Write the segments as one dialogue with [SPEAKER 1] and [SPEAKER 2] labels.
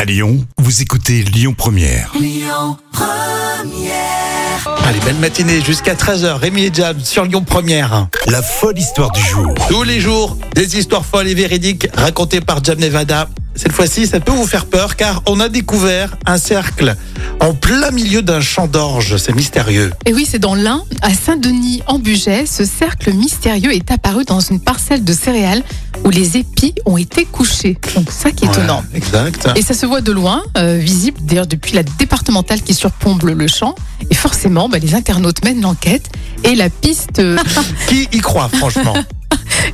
[SPEAKER 1] À Lyon, vous écoutez Lyon Première.
[SPEAKER 2] Allez, belle matinée jusqu'à 13h. Rémi et Jab sur Lyon Première.
[SPEAKER 1] La folle histoire du jour.
[SPEAKER 2] Tous les jours, des histoires folles et véridiques racontées par Jam Nevada. Cette fois-ci, ça peut vous faire peur car on a découvert un cercle en plein milieu d'un champ d'orge. C'est mystérieux.
[SPEAKER 3] Et oui, c'est dans l'Ain, à Saint-Denis, en Bugey, ce cercle mystérieux est apparu dans une parcelle de céréales où les épis ont été couchés. Donc, ça qui est étonnant.
[SPEAKER 2] Ouais, exact.
[SPEAKER 3] Et ça se voit de loin, euh, visible d'ailleurs depuis la départementale qui surplombe le champ. Et forcément, bah, les internautes mènent l'enquête et la piste. euh,
[SPEAKER 2] Qui y croit, franchement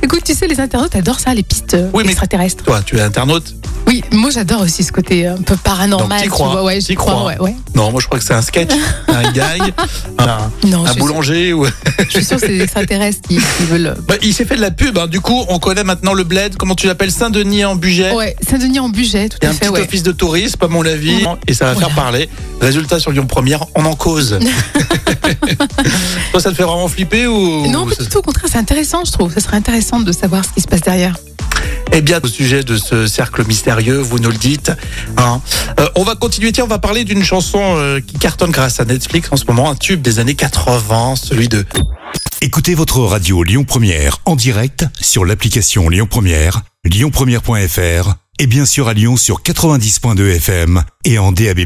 [SPEAKER 3] Écoute, tu sais, les internautes adorent ça, les pistes euh,
[SPEAKER 2] Oui, mais-
[SPEAKER 3] extraterrestres.
[SPEAKER 2] Toi, tu es internaute
[SPEAKER 3] Oui, moi j'adore aussi ce côté euh, un peu
[SPEAKER 2] Donc,
[SPEAKER 3] paranormal.
[SPEAKER 2] t'y
[SPEAKER 3] tu
[SPEAKER 2] crois,
[SPEAKER 3] vois, ouais, j'y
[SPEAKER 2] t'y
[SPEAKER 3] crois.
[SPEAKER 2] crois.
[SPEAKER 3] Ouais, ouais.
[SPEAKER 2] Non, moi je crois que c'est un sketch, un gag, un,
[SPEAKER 3] Non, je
[SPEAKER 2] un
[SPEAKER 3] suis, sûre,
[SPEAKER 2] boulanger. Ou...
[SPEAKER 3] je suis sûre que c'est des extraterrestres qui, qui veulent.
[SPEAKER 2] Bah, il s'est fait de la pub. hein. Du coup, on connaît maintenant le bled. Comment tu l'appelles Saint-Denis en Bugey.
[SPEAKER 3] euh, Ouais, Saint-Denis en Bugey, tout
[SPEAKER 2] Il y a
[SPEAKER 3] à
[SPEAKER 2] un
[SPEAKER 3] fait.
[SPEAKER 2] petit
[SPEAKER 3] ouais. Mmh.
[SPEAKER 2] office de tourisme, à mon avis, et ça va
[SPEAKER 3] Voilà.
[SPEAKER 2] faire parler. Résultat sur Lyon Première, on en cause. Toi, ça te fait vraiment flipper ou
[SPEAKER 3] Non, pas du tout, au contraire, c'est intéressant, je trouve. Ça serait intéressant de savoir ce qui se passe derrière.
[SPEAKER 2] Eh bien, au sujet de ce cercle mystérieux, vous nous le dites. hein. Euh, on va continuer. Tiens, on va parler d'une chanson euh, qui cartonne grâce à Netflix en ce moment, un tube des années 80, celui de
[SPEAKER 1] Écoutez votre radio Lyon Première en direct sur l'application Lyon Première, lyonpremière.fr et bien sûr à Lyon sur 90.2 FM et en DAB+.